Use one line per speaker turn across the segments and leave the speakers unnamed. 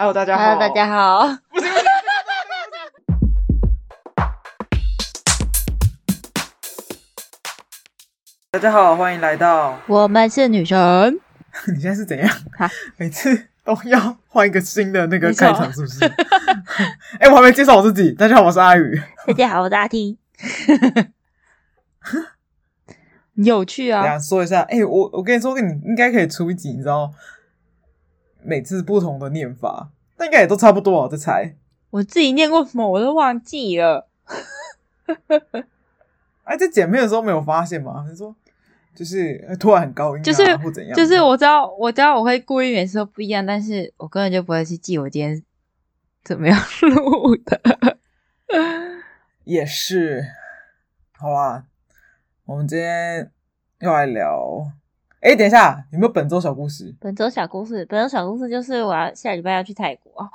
Hello，大家好。
Hello，大家好。
大家好，欢迎来到。
我们是女神，
你现在是怎样
啊？
每次都要换一个新的那个
没错
开场，是不 是？哎、我还没介绍我自己。大家好，我是阿宇。
大家好，我是阿 T。有趣
大家
啊！
说一下，哎、我我跟你说，你应该可以出一集，你知道，每次不同的念法，但应该也都差不多啊，我在猜。
我自己念过什么我都忘记了。
哎、在剪片的时候没有发现吗？你说就是呃突然很高音、啊，
就是
或怎样，
就是我知道，我知道我会故意每次都不一样，但是我根本就不会去记我今天怎么样录的。
也是。好啦，我们今天要来聊。哎、等一下，有没有本周小故事？
本周小故事，本周小故事就是我要下礼拜要去泰国，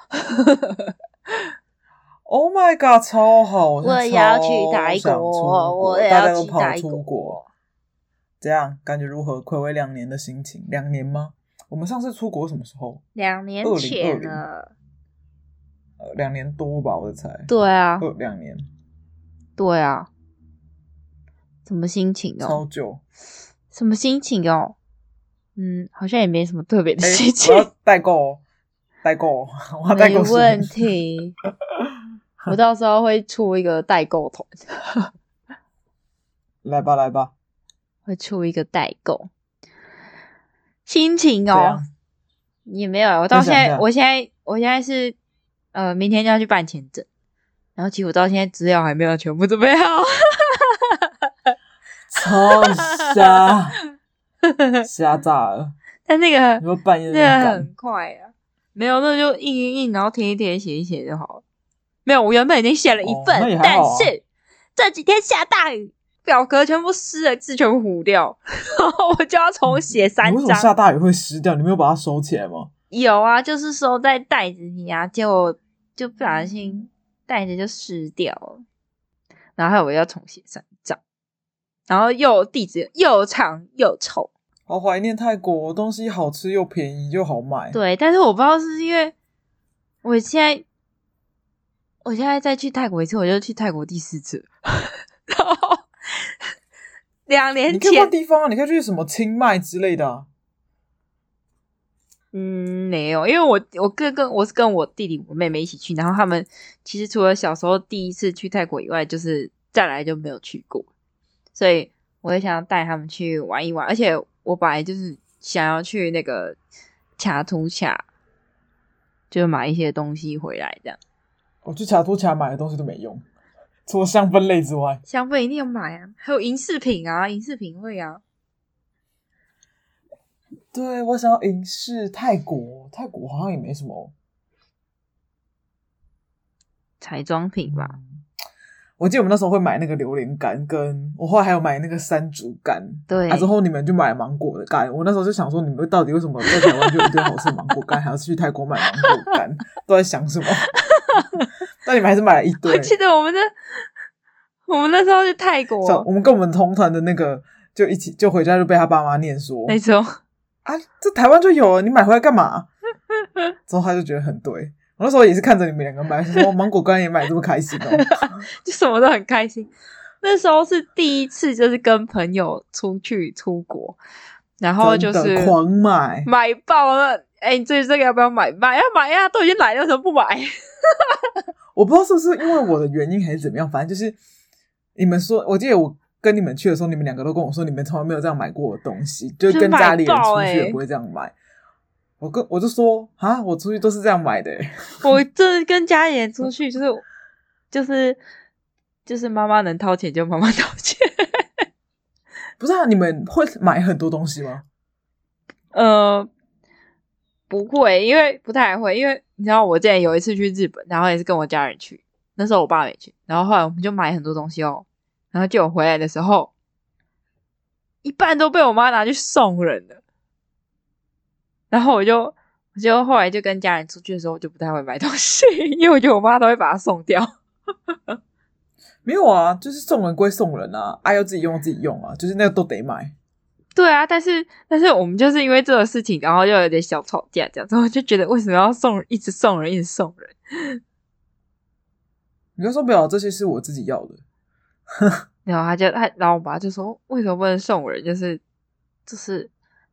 Oh my god，超好！我
我
真
也
的
要
超
去泰
想出
国
国
我也
大
要
家都
去
跑
泰
出
国
国。怎样？感觉如何？暌违两年的心情，两年吗？我们上次出国什么时候？
两年
2020
前了。
呃，两年多吧，我猜。
对啊，
呃，两年，
对啊，什么心情哦？
超 久。
什么心情哦？嗯，好像也没什么特别的
哎、
心情
我。要代购哦，代购哦， 我要代
没
购。
问。题， 我到时候会出一个代购团，
来吧，来吧。
会出一个代购。心情
怎
哦
样，
也没有。啊我到
分
现
享一
在，
下
我现在，我现在是呃，明天就要去办签证，然后其实我到现在资料还没有全部准备好。
超 瞎，瞎炸了！
但那个
你说半夜
那
在那
个
边干
很快啊，没有，那就印一印，然后填一填，写一写就好了。没有，我原本已经写了一份，
哦那也还
但
好啊
是这几天下大雨，表格全部湿了，字全部糊掉， 然后我就要重写三
嗯你为什么
张。
下大雨会湿掉？你没有把它收起来吗？
有啊，就是收在袋子里啊，结果就不小心袋子就湿掉了，然后我要重写三张，然后又地址又长又丑，
好怀念泰国，东西好吃又便宜又好买。，
对，但是我不知道是因为我现在，我现在再去泰国一次，我就去泰国第四次， 然后两
你
年
可以换
前，
地方啊，你可以去什么清迈之类的、啊。
嗯，没有，因为我我哥跟我是跟我弟弟我妹妹一起去，然后他们其实除了小时候第一次去泰国以外，就是再来就没有去过，所以我也想要带他们去玩一玩，而且我本来就是想要去那个卡图卡，就买一些东西回来这样。
我去卡图卡买的东西都没用，除了香氛类之外，
香氛一定要买啊，还有银饰品啊，银饰品会啊，
对我想要银饰泰国，泰国好像也没什么
彩妆品吧，
嗯我记得我们那时候会买那个榴莲干，跟我后来还有买那个山竹干。
对
啊，之后你们就买芒果的干。我那时候就想说，你们到底为什么在台湾就有一堆好吃的芒果干，还要去泰国买芒果干？都在想什么？ 但你们还是买了一堆
我。记得我们的，我们那时候去泰
像我
国，
们跟我们同团的那个，就一起就回家就被他爸妈念说
没错，
啊，这台湾就有了，你买回来干嘛？之后他就觉得很对。我那时候也是看着你们两个买，想说哦芒果干也买这么开心哦。
就什么都很开心。那时候是第一次，就是跟朋友出去出国， 然后就
真的
是
狂买，
买爆了。哎、你最近这个要不要买？买呀、啊买呀、都已经来了，为什么不买？
我不知道是不是因为我的原因还是怎么样，反正就是你们说，我记得我跟你们去的时候，你们两个都跟我说，你们从来没有这样买过的东西，就跟家里人出去也不会这样买。我跟我就说啊，我出去都是这样买的、欸
我这跟家里人出去，就是就是就是妈妈能掏钱就妈妈掏钱。
不是啊？你们会买很多东西吗？
呃，不会，因为不太会，因为你知道我之前有一次去日本，然后也是跟我家人去，那时候我爸没去，然后后来我们就买很多东西哦，然后结果回来的时候，一半都被我妈拿去送人了，然后我就我就后来就跟家人出去的时候，我就不太会买东西， 因为我觉得我妈都会把它送掉。
啊没有啊，就是送人归送人啊，爱、要自己用自己用啊，就是那个都得买。
对啊，但是但是我们就是因为这个事情，然后又有点小吵架，这样子，我就觉得为什么要送一直送人，一直送人？
你就说不了，这些是我自己要的。
然后他就他，然后我爸就说，为什么不能送人？就是就是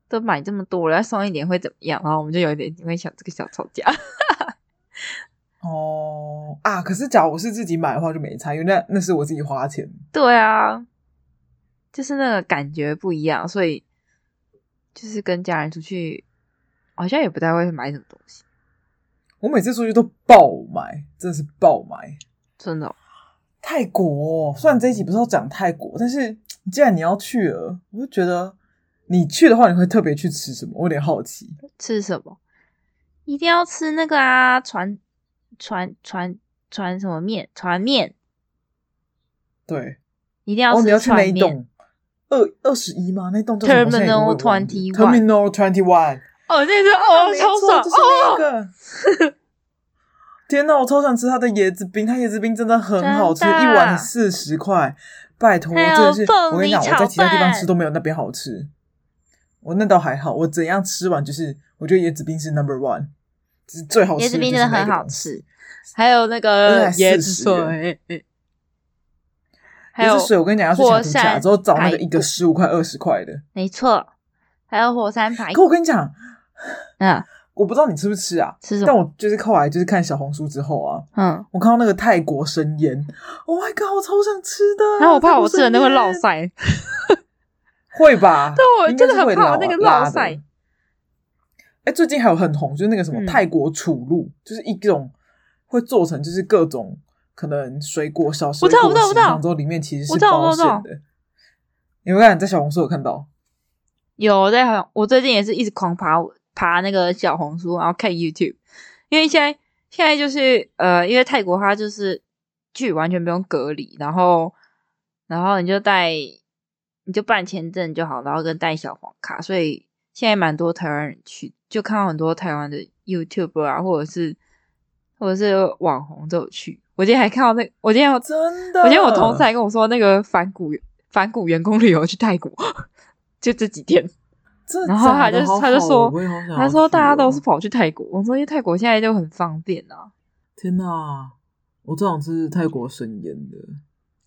都买这么多了，再送一点会怎么样？然后我们就有点因为小这个小吵架。
哦啊，可是假如我是自己买的话就没差，因为那那是我自己花钱。
对啊，就是那个感觉不一样，所以就是跟家人出去，好像也不太会买什么东西。
我每次出去都爆买，真的是爆买。
真的、哦，
泰国哦虽然这一集不是要讲泰国，但是既然你要去了，我就觉得你去的话，你会特别去吃什么？我有点好奇。
吃什么？一定要吃那个啊，船。船船船什么面？船面，
对，
一定要
哦，你要去那
一
栋二二十一吗？那栋叫什么
？Terminal Twenty
One，Terminal Twenty One。
哦，那是哦，超爽
就是那个。哦、 天哪，我超想吃它的椰子冰，它椰子冰真的很好吃，一碗四十块，拜托，
哎
真的是我跟你讲，我在其他地方吃都没有那边好吃。我那倒还好，我怎样吃完就是，我觉得椰子冰是 Number One。是最好吃
椰子冰真的很好吃，还有那个椰子水，嗯还有
椰子水。我跟你讲，要去长途假之后找那个一个十五块、二十块的，
没错。还有火山排骨。
可我跟你讲，
嗯，
我不知道你吃不吃啊？
吃什么？
但我就是后来就是看小红书之后啊，
嗯，
我看到那个泰国生腌，Oh my god，我超想吃的。
然后我怕我吃了那会落腮，
会吧？
对，我真的很怕那个
落
腮。
哎，最近还有很红，就是那个什
嗯
么泰国储露，嗯、就是一种会做成就是各种可能水果小水果
我知道，我知道，
之后里面其实是保险的。你们看在小红书有看到？
有在，我最近也是一直狂爬爬那个小红书，然后看 YouTube，因为现在现在就是呃，因为泰国它就是去完全不用隔离，然后然后你就带你就办签证就好，然后跟带小黄卡，所以现在蛮多台湾人去。就看到很多台湾的 YouTube 啊，或者是或者是网红都有去。我今天还看到那，我今天
真的，
我今天我同事还跟我说，那个反骨反骨员工旅游去泰国， 就这几天。然后他就他就说，
哦、
他说大家都是跑去泰国。我说，因为泰国现在就很方便啊。
天哪，我最想吃泰国生腌的。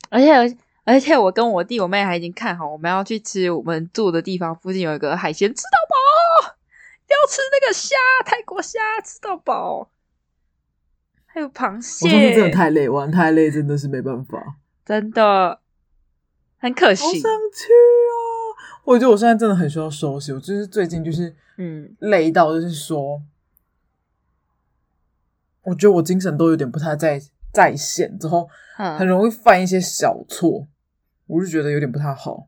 而且而且我跟我弟我妹还已经看好，我们要去吃我们住的地方附近有一个海鲜吃到饱。要吃那个虾，泰国虾吃到饱，还有螃蟹。
我真的太累，玩太累真的是没办法，
真的很可惜。好
想去啊！我觉得我现在真的很需要休息，我就是最近就是
嗯
累到，就是说，我觉得我精神都有点不太在在线，之后
嗯
很容易犯一些小错，我就觉得有点不太好。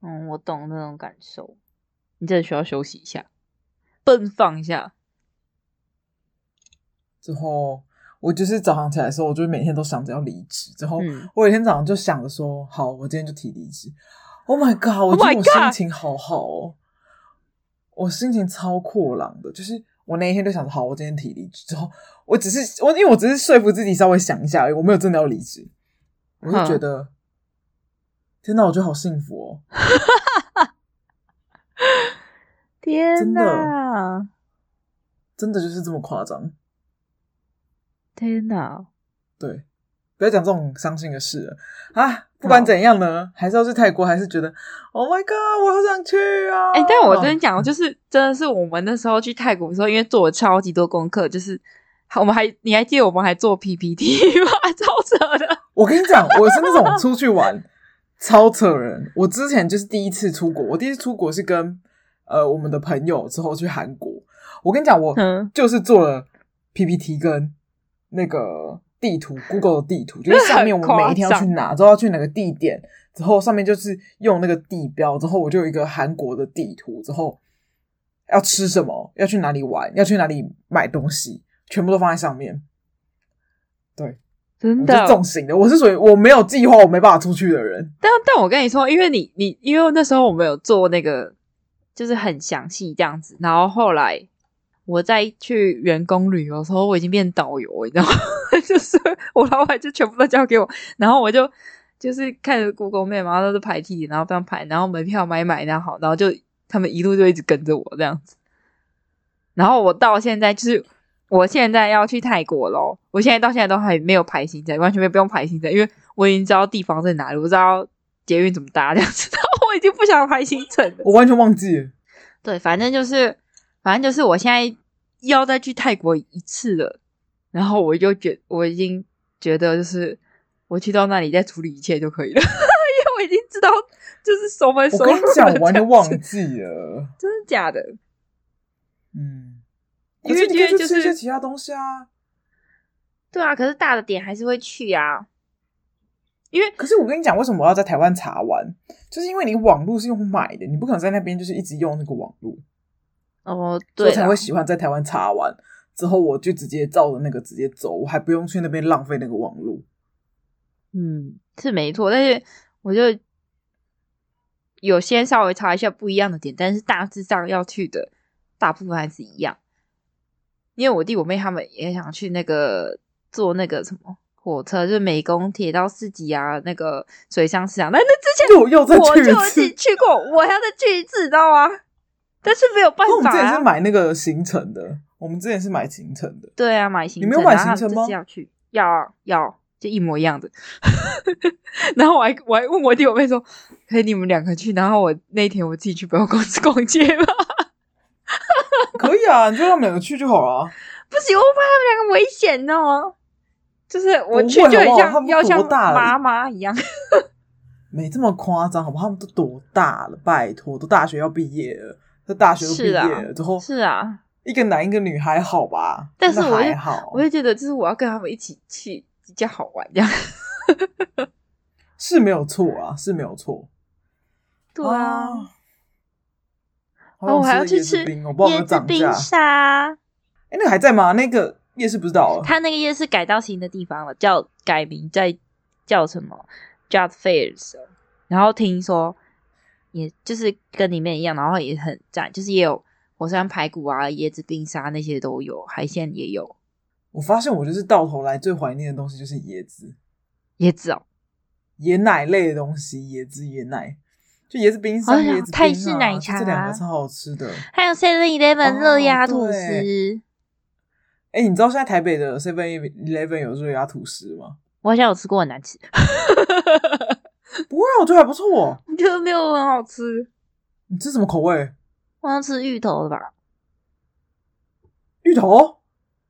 嗯，我懂那种感受，你真的需要休息一下。奔放一下
之后，我就是早上起来的时候，我就每天都想着要离职。之后，嗯、我有一天早上就想着说：“好，我今天就提离职。”Oh my god！我觉得我心情好好哦
，oh、
我心情超阔朗的。就是我那一天就想着：“好，我今天提离职。”之后，我只是我，因为我只是说服自己稍微想一下，而已，我没有真的要离职。我就觉得，天哪，我觉得好幸福哦！哪真
天
的，真的就是这么夸张！
天哪，
对，不要讲这种伤心的事了啊！不管怎样呢，还是要去泰国，还是觉得 Oh my God，我好想去啊！
哎、欸，但我跟你讲，就是真的是我们那时候去泰国的时候，因为做了超级多功课，就是我们还你还记得我们还做 PPT 吗？超扯的！
我跟你讲，我是那种出去玩超扯人。我之前就是第一次出国，我第一次出国是跟。呃，我们的朋友之后去韩国，我跟你讲，我
嗯
就是做了 PPT 跟那个地图，Google 的地图，就是上面我每一天要去哪，之后要去哪个地点，之后上面就是用那个地标，之后我就有一个韩国的地图，之后要吃什么，要去哪里玩，要去哪里买东西，全部都放在上面。对，
真的
重型的，我是属于我没有计划，我没办法出去的人。
但但我跟你说，因为你你因为那时候我们有做那个。就是很详细这样子，然后后来我再去员工旅游的时候， 我已经变导游，你知道吗？就是我老板就全部都交给我，然后我就就是看着 Google Map，然后都是排地铁，然后这样排，然后门票买买然后好，然后就他们一路就一直跟着我这样子。然后我到现在就是我现在要去泰国喽，我现在到现在都还没有排行程，完全没不用排行程，因为我已经知道地方在哪里，我知道捷运怎么搭这样子， 然后我已经不想排行程了。
我完全忘记 了。
对，反正就是反正就是我现在要再去泰国一次了，然后我就觉我已经觉得就是我去到那里再处理一切就可以了， 因为我已经知道就是熟门熟
我
路了。
跟你讲，我完全忘记了。
真的假的？
嗯，
因
可
为
是你可以
因为
去
就
吃一些
是
其他东西啊。
对啊，可是大的点还是会去啊，因为
可是我跟你讲，为什么我要在台湾查完？就是因为你网络是用买的，你不可能在那边就是一直用那个网络，
哦
所以
对
才
啦
会喜欢在台湾查完之后，我就直接照着那个直接走，我还不用去那边浪费那个网络。
嗯，是没错，但是我就有些稍微查一下不一样的点，但是大致上要去的大部分还是一样。因为我弟我妹他们也想去那个坐那个什么火车，就是美工铁道市集啊，那个水上市场。但那之前
又又再
我
去一
就已经
次。
去过，我还要再去一次，你知道吗？但是没有办
因为我们
法、
之前是
啊。
买那个行程的，我们之前是买行程的。
对啊，买行
你
程，
没有买
然后他
行程
们这
吗
次要去，要啊要，就一模一样的。 然后我还我还问我弟我妹说，可以你们两个去，然后我那天我自己去百货公司 逛街吧。
可以啊，你就让我们两个去就好了、啊。
不行，我怕他们两个危险，你知道吗？就是我
不
去
会
就
好不
很
好他
像
们
要
多
像
大了
妈妈一样。
没这么夸张，好不好？他们都多大了？拜托，都大学要毕业了，都大学都毕业
是
了之后，
是啊，
一个男一个女还好吧？
但是
真的
我就
还好，
我就觉得就是我要跟他们一起去比较好玩，这样。
是没有错啊，是没有错。
对啊，
哦，好
然后我还要
想
去
椰
吃
子冰哦，我不知道有没有
子
涨价
冰。沙。
哎，那个还在吗？那个夜市不知道了。
它那个夜市改到新的地方了，叫改名在叫什么 Jazz Fairs，然后听说也就是跟里面一样，然后也很赞，就是也有火山排骨啊、椰子冰沙那些都有，海鲜也有
我发现我就是到头来最怀念的东西就是椰子、
椰子哦，
椰奶类的东西，椰子、椰奶，就椰子冰沙、
哎呀
椰子冰啊
泰式奶茶啊
这两个超好吃的。
还有 Seven Eleven
哦
热压吐
对
司，
哎、你知道现在台北的 Seven Eleven 有热压吐司吗？
我好像有吃过，很难吃，
不会啊，我觉得还不错。
我觉得没有很好吃。
你吃什么口味？
我要吃芋头的吧？
芋头？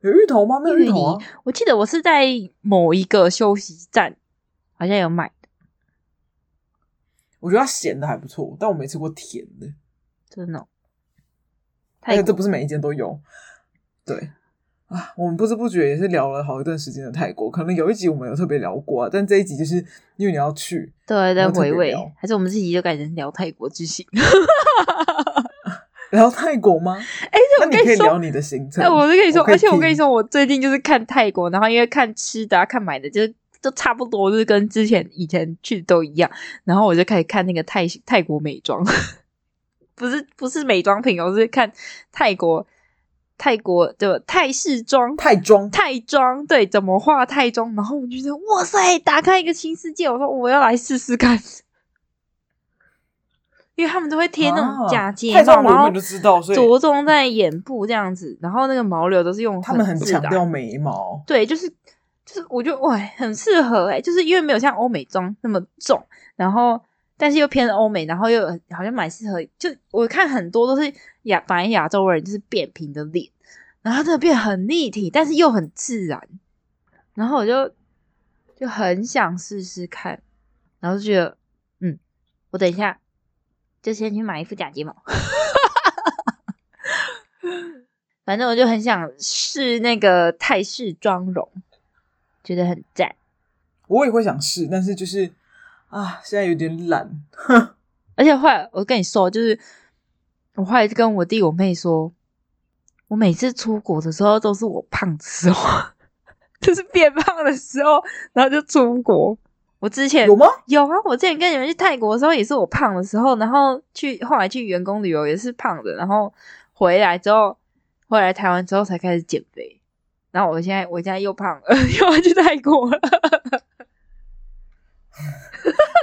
有芋头吗？没有芋头啊。
我记得我是在某一个休息站，好像有买的，
我觉得它咸的还不错，但我没吃过甜的。
真的哦。
而且
泰
哎
国
这不是每一间都有。对啊，我们不知不觉也是聊了好一段时间的泰国，可能有一集我们有特别聊过、啊，但这一集就是因为你要去，
对，在
然后特
回
别
味
聊，
还是我们自己就改成聊泰国之 行？
聊泰国吗？
哎、
那
我
你
跟
可以
你
聊
说，
你的行程。
哎，我就跟你说，
我可以
而且我
听
跟你说，我最近就是看泰国，然后因为看吃的、啊、看买的，就是都差不多，就是跟之前以前去的都一样。然后我就开始看那个泰泰国美妆， 不是不是美妆品哦，我是看泰国泰国的泰式妆。
泰妆，
泰妆对，怎么画泰妆？然后我就觉得哇塞，打开一个新世界！我说我要来试试看， 因为他们都会贴那种
啊
假睫
泰
毛，
妆我
然
原
后
本就知道，所以
着重在眼部这样子，然后那个毛流都是用
他们很
很自
强
然
调眉毛。
对，就是就是，我觉得哇，很适合哎、就是因为没有像欧美妆那么重，然后但是又偏欧美，然后又很好像蛮适合。就我看很多都是亚，反正亚洲人就是扁平的脸，然后这个变很立体，但是又很自然，然后我就就很想试试看，然后就觉得嗯，我等一下就先去买一副假睫毛。反正我就很想试那个泰式妆容，觉得很赞。
我也会想试，但是就是啊，现在有点懒。
而且后来我跟你说，就是我后来就跟我弟我妹说，我每次出国的时候都是我胖的时候， 就是变胖的时候，然后就出国。我之前
有吗？
有啊，我之前跟你们去泰国的时候也是我胖的时候，然后去后来去员工旅游也是胖的，然后回来之后，回来台湾之后才开始减肥，然后 我现在我现在又胖了，又要去泰国了。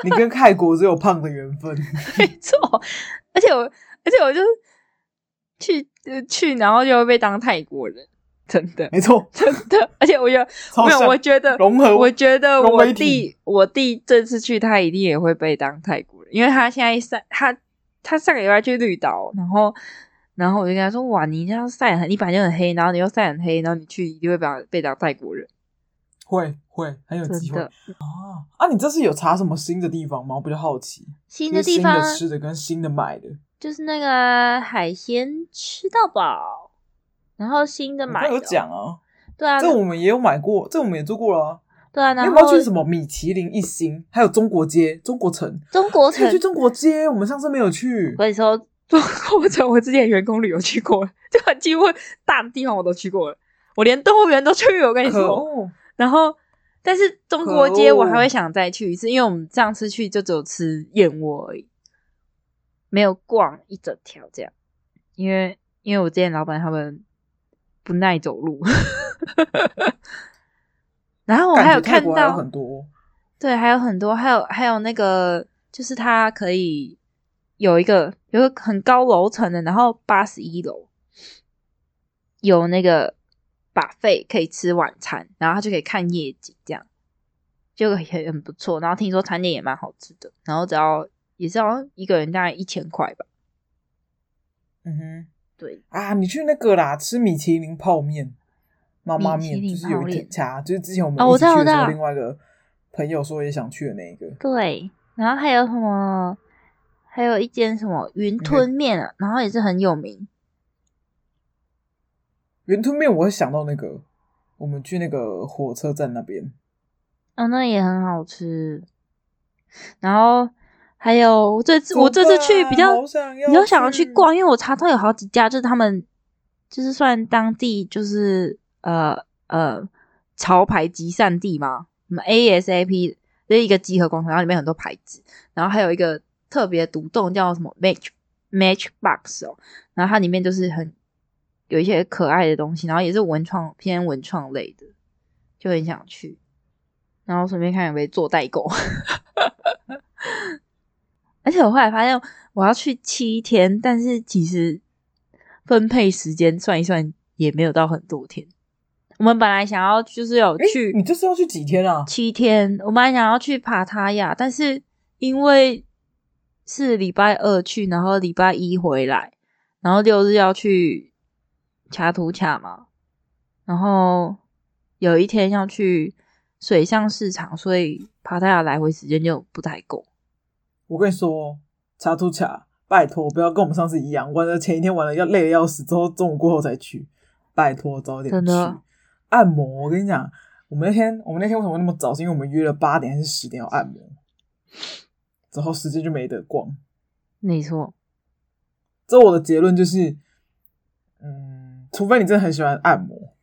你跟泰国只有胖的缘分。
没错，而且我，而且我就是去呃去，然后就会被当泰国人，真的，
没 错，
真的。而且我觉得
超
没有，
像
我觉得
融合
我觉得
融
我
为一体
弟，我弟这次去，他一定也会被当泰国人，因为他现在晒他他上个礼拜去绿岛，然后然后我就跟他说：“哇，你这样晒很，你本来就很黑，然后你又晒很黑，然后你去一定会被当被当泰国人，
会会很有
真
机会
的
啊。！啊，你这次有查什么新的地方吗？我比较好奇，
新
新
的地
新
方
的吃的跟新的买的，
就是那个海鲜吃到饱，然后新的
我
买
刚
的哦
有讲啊，
对啊，
这我们也有买过，这我们也做过了、
对啊，
啊。你
然
有没有
后
去什么米其林一星，还有中国街、中国城？
中国
可
城
以，去中国街，我们上次没有去
我。跟你说，
或者我之前员工旅游去过了，就很几乎大的地方我都去过了，我连动物园都去了。我跟你
可
说，
哦
恶，
然后但是中国街
可恶
我还会想再去一次，因为我们上次去就只有吃燕窝而已，没有逛一整条这样，因为因为我之前老板他们不耐走路， 然后我还有
感觉泰
看
国还有
到
很多
对，还有很多，还有还有那个，就是它可以有一个有一个很高楼层的，然后八十一楼有那个把费可以吃晚餐，然后它就可以看夜景，这样就很很不错。然后听说餐点也蛮好吃的，然后只要也是好像一个人大概一千块吧。
嗯哼
对，
啊，你去那个啦，吃米其林泡面，妈妈面
米其林
就是有
泡
一
面
天家，就是之前我们
哦
一
我
起
知道
去的时
我知
候，
道
另外一个朋友说也想去的那一个，
对，然后还有什么？还有一间什么云吞面啊，然后也是很有名。
云吞面，我会想到那个，我们去那个火车站那边，
哦，那也很好吃。然后还有我这次我这次去比
啊
较比
比
较啊想要去逛，因为我查到有好几家，就是他们就是算当地就是呃呃潮牌集散地嘛，什么 ASAP 就是一个集合广场，然后里面很多牌子，然后还有一个特别独栋叫什么 Match Matchbox 哦，然后它里面就是很有一些可爱的东西，然后也是文创偏文创类的，就很想去，然后顺便看有没有做代购。 而且我后来发现我要去七天，但是其实分配时间算一算也没有到很多天。我们本来想要就是有
诶
去，
你这次要去几天啊？
七天，我本来想要去帕塔亚，但是因为是礼拜二去，然后礼拜一回来，然后六日要去卡图卡嘛，然后有一天要去水上市场，所以帕塔亚来回时间就不太够。
我跟你说，查图卡，拜托不要跟我们上次一样，玩了前一天玩了要累的要死，之后中午过后才去，拜托早点
真
去
的。
按摩，我跟你讲，我们那天我们那天为什么那么早？是因为我们约了八点还是十点要按摩，之后时间就没得逛。
没错，
这我的结论就是，嗯，除非你真的很喜欢按摩，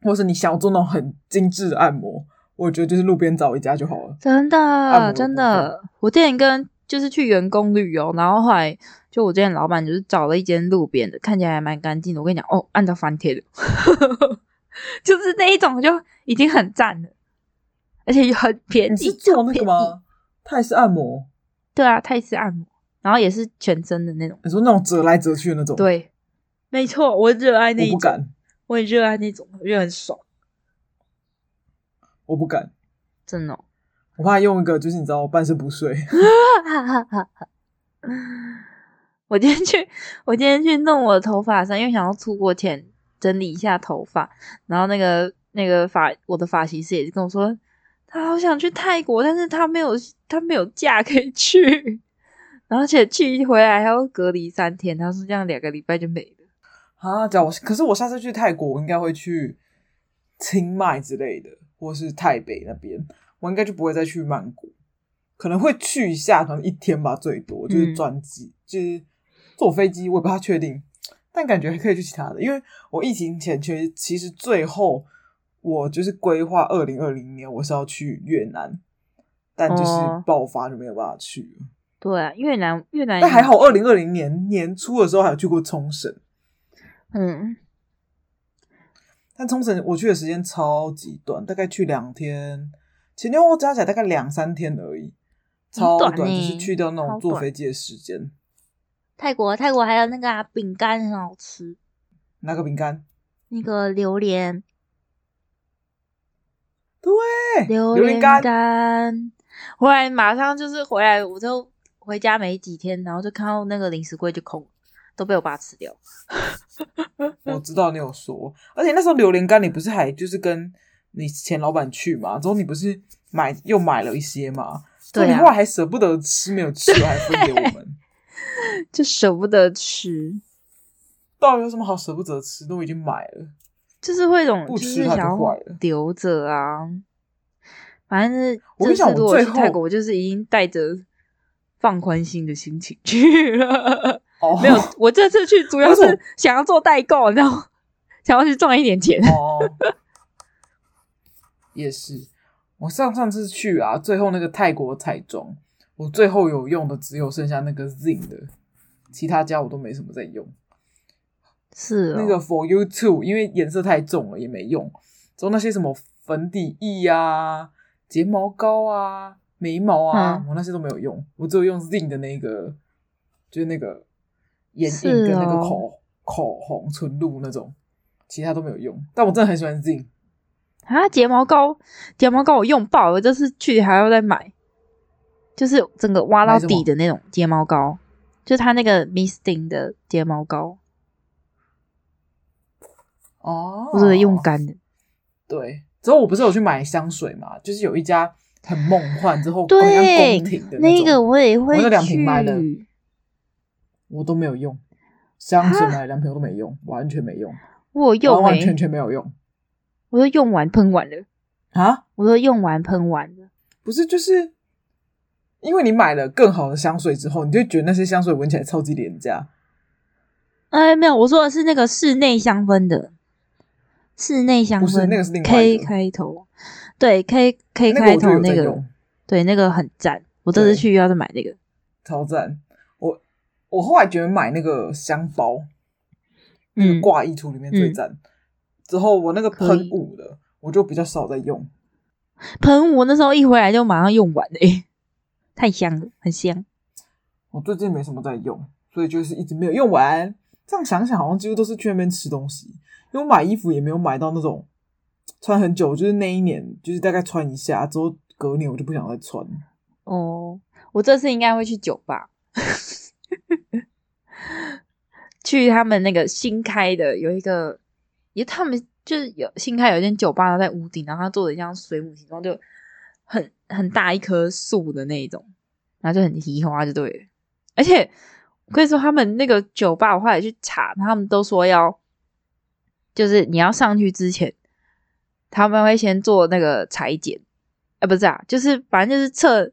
或是你想要做那种很精致的按摩，我觉得就是路边找一家就好了。
真
摩
的
的
真
部
的，我之前跟就是去员工旅游，然后后来就我之前老板就是找了一间路边的，看起来还蛮干净的。我跟你讲哦，按照翻贴的， 就是那一种就已经很赞了，而且也很便
你
宜。
是做那
超便
个
宜？
吗？泰式按摩，
对啊，泰式按摩，然后也是全身的那种。
你说那种折来折去的那种？，
对，没错，我热爱那一
我不
种，
敢，
我很热爱那种，我觉得很爽，
我不敢，
真的哦、
我怕用一个就是你知道半身不遂。
哈哈哈！ 我今天去，我今天去弄我的头发上，因为想要出国前整理一下头发。然后那个那个发，我的发型师也是跟我说，他好想去泰国，但是他没有他没有假可以去，然后而且去回来还要隔离三天。他说这样两个礼拜就没了。
啊，假如我可是我下次去泰国，我应该会去清迈之类的，或是泰北那边，我应该就不会再去曼谷，可能会去一下，可能一天吧，最多就是
嗯
转机，就是坐飞机，我也不太确定，但感觉还可以去其他的，因为我疫情前其实其实最后我就是规划二零二零年我是要去越南，但就是
哦
爆发就没有办法去了。
对啊，越南越南
但还好，二零二零年年初的时候还有去过冲绳。
嗯，
但冲绳我去的时间超级短，大概去两天，前前后后加起来大概两三天而已。超
短
短，就
欸
是去掉那
超
种坐
短
飞机的时间。
泰国泰国还有那个啊，饼干很好吃，
拿个饼干，
那个榴莲
对，
榴
莲
莲
干，
干，回来马上就是回来，我就回家没几天，然后就看到那个零食柜就空了，都被我爸吃掉。
我知道你有说，而且那时候榴莲干你不是还就是跟你前老板去嘛，之后你不是买又买了一些嘛，之后
对
你
啊
后来还舍不得吃，没有 吃完还分给我们，
就舍不得吃，
到底有什么好舍不得吃？都已经买了，
就是会有一种
不
就
吃
是
它
想
就
要
坏了
留着啊。反正是
我跟你
这
讲
次如
我
果
最
去泰
后
国，我就是已经带着放宽心的心情去 了。
哦，
没有，我这次去主要
为什么
是想要做代购，你知道吗？想要去赚一点钱。
哦， 也是。我上上次去啊，最后那个泰国彩妆，我最后有用的只有剩下那个 Zin 的，其他家我都没什么在用。
是、哦、
那个 For You Too，因为颜色太重了也没用。之后那些什么粉底液啊、睫毛膏啊、眉毛啊，
嗯
我那些都没有用，我只有用 Zin 的那个，就是那个眼
是
影跟那个
哦
口、口红、唇露那种，其他都没有用。但我真的很喜欢 Zin。
啊，睫毛膏，睫毛膏我用爆了，我这次去还要再买，
就是整个挖到
买什么
底的那种睫毛膏，就是它那个 Misting 的睫毛膏，
哦，
我是用干的。
对。之后我不是有去买香水嘛，就是有一家很梦幻，之后
对
很像宫廷的
那
种
个我也会
我有两
去
瓶买的我都没有用，香水买了两瓶我都没用，完全没用，
我有
完
用
完
欸
全全没有用
我都用完喷完了，
啊！
我都用完喷完了。
不是，就是因为你买了更好的香水之后，你就觉得那些香水闻起来超级廉价。
哎，没有，我说的是那个室内香氛的，室内香氛
不是那个是另外
K
一个
开头，对 K K
那个
开
我就
头
有在
那个，
用，
对那个很赞。我这次
对
去又要再买那个，
超赞！我我后来觉得买那个香包，那
嗯
个，挂衣橱里面最赞。之后我那个
可
喷
以
雾的，我就比较少在用。
喷我那时候一回来就马上用完诶、太香了，很香。
我最近没什么在用，所以就是一直没有用完。这样想想，好像几乎都是去那边吃东西，因为我买衣服也没有买到那种穿很久，就是那一年就是大概穿一下之后，隔年我就不想再穿。
哦，我这次应该会去酒吧，去他们那个新开的有一个，也他们就是有新开有一间酒吧，它在屋顶，然后它做的像水母形状，就很很大一棵树的那一种，然后就很提花就对了。而且我跟你说，他们那个酒吧，我后来去查，他们都说要，就是你要上去之前，他们会先做那个裁剪，呃，不是啊，就是反正就是测，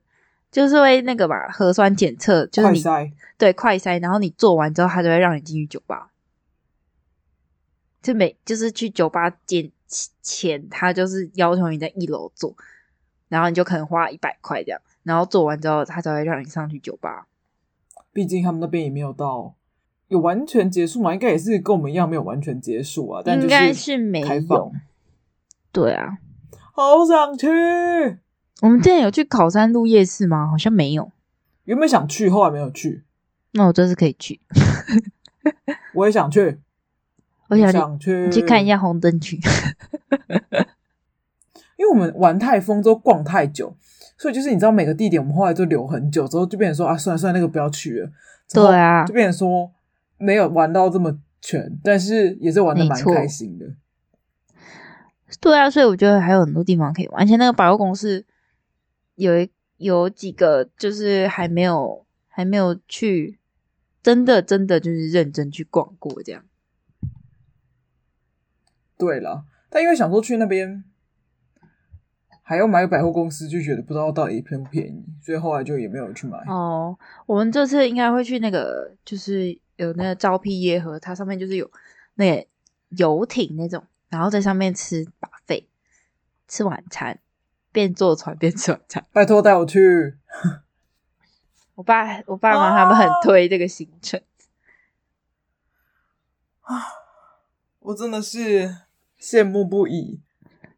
就是会那个嘛，核酸检测，就是
快
你
塞，
对快筛，然后你做完之后，他就会让你进去酒吧。就每就是去酒吧见前，他就是要求你在一楼做，然后你就可能花一百块这样，然后做完之后，他才会让你上去酒吧。
毕竟他们那边也没有到有完全结束嘛，应该也是跟我们一样没有完全结束啊，但就
应该是没
开
有
放。。
对啊，
好想去，
我们之前有去考山路夜市吗？好像没有。
原本想去，后来没有去。
那我这次可以去，
我也想去，
我想你
想去，
你去看一下红灯区。
嗯因为我们玩太疯之后逛太久，所以就是你知道每个地点我们后来就留很久，之后就变成说啊，算了算了，那个不要去了。之后
对啊
就变成说没有玩到这么全，但是也是玩的
没
蛮
错
开心的。
对啊，所以我觉得还有很多地方可以玩，而且那个百货公司有一有几个就是还没有还没有去，真的真的就是认真去逛过这样。
对了，但因为想说去那边还要买个百货公司，就觉得不知道到底便不便宜，所以后来就也没有去买。
哦，我们这次应该会去那个，就是有那个招聘耶河，它上面就是有那个游艇那种，然后在上面吃把费，吃晚餐，边坐船边吃晚餐。
拜托带我去，
我爸我爸妈他们很
哦
推这个行程，
啊我真的是羡慕不已。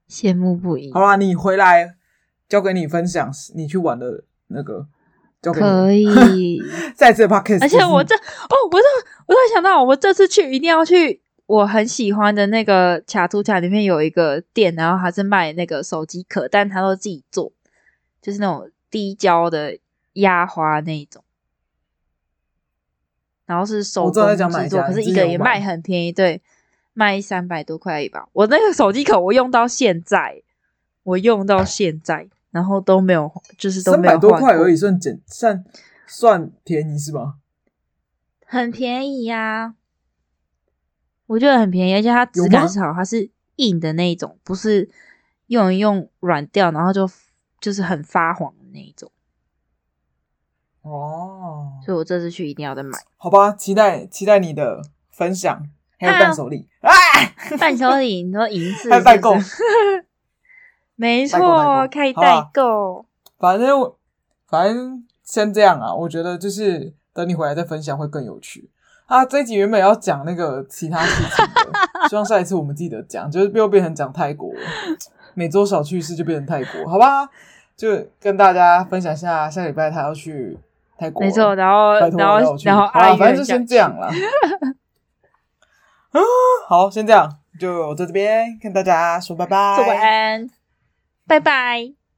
羡慕不已
好。啦，你回来交给你分享你去玩的那个交给你
可 以。
再次 podcast，
而且我
就
这哦，我这我突然想到，我这次去一定要去我很喜欢的那个卡图卡里面有一个店，然后它是卖那个手机壳，但它都自己做，就是那种滴胶的压花那一种，然后是手
我知道在讲
工
哪一
制作，
家
可是
你
一
之
个
前有
也
买
卖很便宜，对，卖三百多块一把。我那个手机壳我用到现在，我用到现在，然后都没有，就是都
三
没有
百多
换
块
过
而已，算简算算便宜是吧？
很便宜呀、我觉得很便宜，而且它质
有吗
感是好，它是硬的那一种，不是用一用软掉，然后就就是很发黄的那一种。
哦，
所以我这次去一定要再买
好吧，期待期待你的分享，还有
啊
伴手礼啊，
伴手礼，你说银饰
还有 代购
是不是 没
代购代
错
购，
可以
好啊啦
代购。
反正我反正先这样啊，我觉得就是等你回来再分享会更有趣。啊，这一集原本要讲那个其他事情 的，希望下一次我们记得讲，就是又变成讲泰国了，每周小趣事就变成泰国，好吧？就跟大家分享一下，下礼拜他要去泰国了，
没错，然后
拜托
然
让
后
我去，
然后
好啦啊
阿姨
反正就
很想
先这样啦。 啊，好，先这样，就我在这边跟大家说拜拜，
做晚安，拜拜。